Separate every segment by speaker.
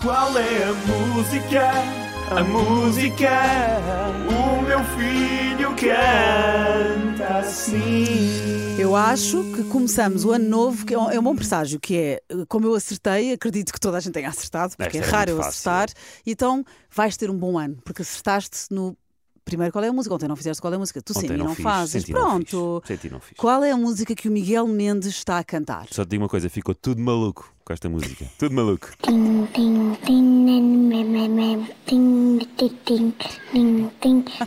Speaker 1: Qual é a música? A música. O meu filho canta assim.
Speaker 2: Eu acho que começamos o ano novo, que é um é um bom presságio, que é, como eu acertei, acredito que toda a gente tenha acertado, porque é
Speaker 3: Esta era
Speaker 2: raro eu
Speaker 3: muito fácil.
Speaker 2: acertar, então vais ter um bom ano, porque acertaste no primeiro qual é a música, ontem não fizeste qual é a música, tu sim,
Speaker 3: Ontem
Speaker 2: e
Speaker 3: não
Speaker 2: não
Speaker 3: fiz,
Speaker 2: fazes,
Speaker 3: senti não fiz,
Speaker 2: pronto.
Speaker 3: senti não fiz.
Speaker 2: Qual é a música que o Miguel Mendes está a cantar?
Speaker 3: Só te digo uma coisa, ficou tudo maluco com esta música. Tudo maluco.
Speaker 4: Ting ting ting nan mem mem mem ting ting ting ting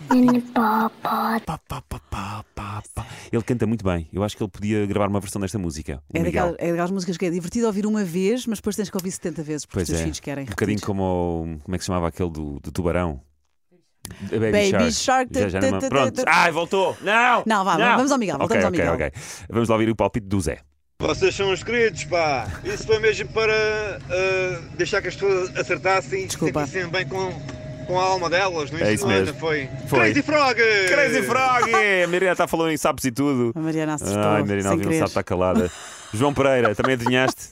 Speaker 4: ting nan pa pa
Speaker 3: Pá, pá, pá, pá, pá, pá. Ele canta muito bem. Eu acho que ele podia gravar uma versão desta música. O
Speaker 2: É
Speaker 3: Miguel.
Speaker 2: daquelas, é daquelas músicas que é divertido ouvir uma vez, mas depois tens que ouvir 70 vezes, porque os
Speaker 3: Pois
Speaker 2: teus
Speaker 3: é.
Speaker 2: filhos querem
Speaker 3: Um bocadinho
Speaker 2: repetir.
Speaker 3: como. o- Como é que se chamava aquele do, do tubarão? A
Speaker 2: Baby Shark,
Speaker 3: Já, já
Speaker 2: tu,
Speaker 3: numa-
Speaker 2: tu, tu,
Speaker 3: Pronto.
Speaker 2: tu.
Speaker 3: Ai, voltou! Não!
Speaker 2: Não, vá, vamos ao Miguel,
Speaker 3: Ok,
Speaker 2: voltamos ao
Speaker 3: ok,
Speaker 2: Miguel.
Speaker 3: ok. Vamos lá ouvir o palpite do Zé.
Speaker 5: Vocês são os queridos, pá! Isso foi mesmo para ah, deixar que as pessoas acertassem
Speaker 2: Desculpa.
Speaker 5: e sentissem bem com, com a alma delas, não
Speaker 3: É isso
Speaker 5: Nada,
Speaker 3: mesmo.
Speaker 5: Foi.
Speaker 3: Foi.
Speaker 5: Crazy Frog!
Speaker 3: Crazy Frog! A Mariana está falando em sapos e tudo.
Speaker 2: A Mariana acertou,
Speaker 3: Ai, Mariana
Speaker 2: sem
Speaker 3: Alvim,
Speaker 2: querer.
Speaker 3: sapo está calada. João Pereira, também adivinhaste?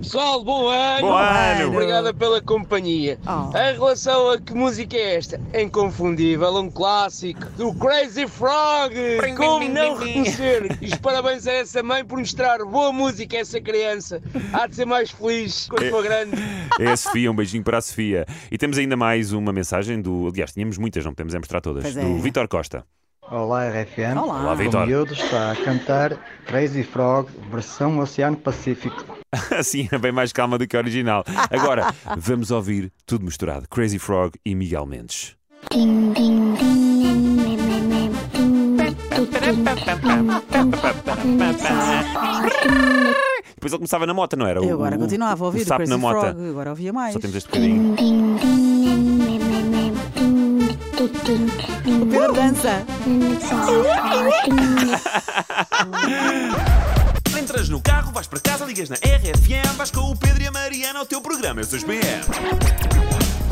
Speaker 6: Pessoal, bom ano!
Speaker 3: Bom ano!
Speaker 6: Obrigada pela companhia.
Speaker 2: Oh.
Speaker 6: Em relação a que música é esta? É Inconfundível, um clássico do Crazy Frog! Como não reconhecer? E os parabéns a essa mãe por mostrar boa música a essa criança. Há de ser mais feliz quando for grande.
Speaker 3: É a Sofia, um beijinho para a Sofia. E temos ainda mais uma mensagem do. Aliás, tínhamos muitas, não podemos é mostrar todas.
Speaker 2: Pois é.
Speaker 3: Do Vitor Costa. Ah,
Speaker 7: Olá RFM,
Speaker 2: Olá.
Speaker 3: Olá,
Speaker 7: o
Speaker 3: Vitor.
Speaker 7: miúdo está a cantar Crazy Frog, versão Oceano Pacífico.
Speaker 3: Assim é bem mais calma do que a original. Agora, vamos ouvir tudo misturado: Crazy Frog e Miguel Mendes.
Speaker 4: ting ting ting nan mem mem mem ting ting ting nan ting nan pa pa
Speaker 3: Depois ele começava na mota, não era?
Speaker 2: Eu agora continuava a ouvir o,
Speaker 3: sapo
Speaker 2: Crazy
Speaker 3: na mota.
Speaker 2: Frog, agora ouvia mais.
Speaker 3: Só temos este
Speaker 4: ting
Speaker 3: bocadinho.
Speaker 4: ting ting nan mem mem mem ting ting ting
Speaker 2: Pedro
Speaker 4: nan
Speaker 2: dança.
Speaker 4: nan pa pa ting
Speaker 1: Entras no carro, vais para casa, ligas na RFM, vais com o Pedro e a Mariana ao teu programa. Eu sou os BM.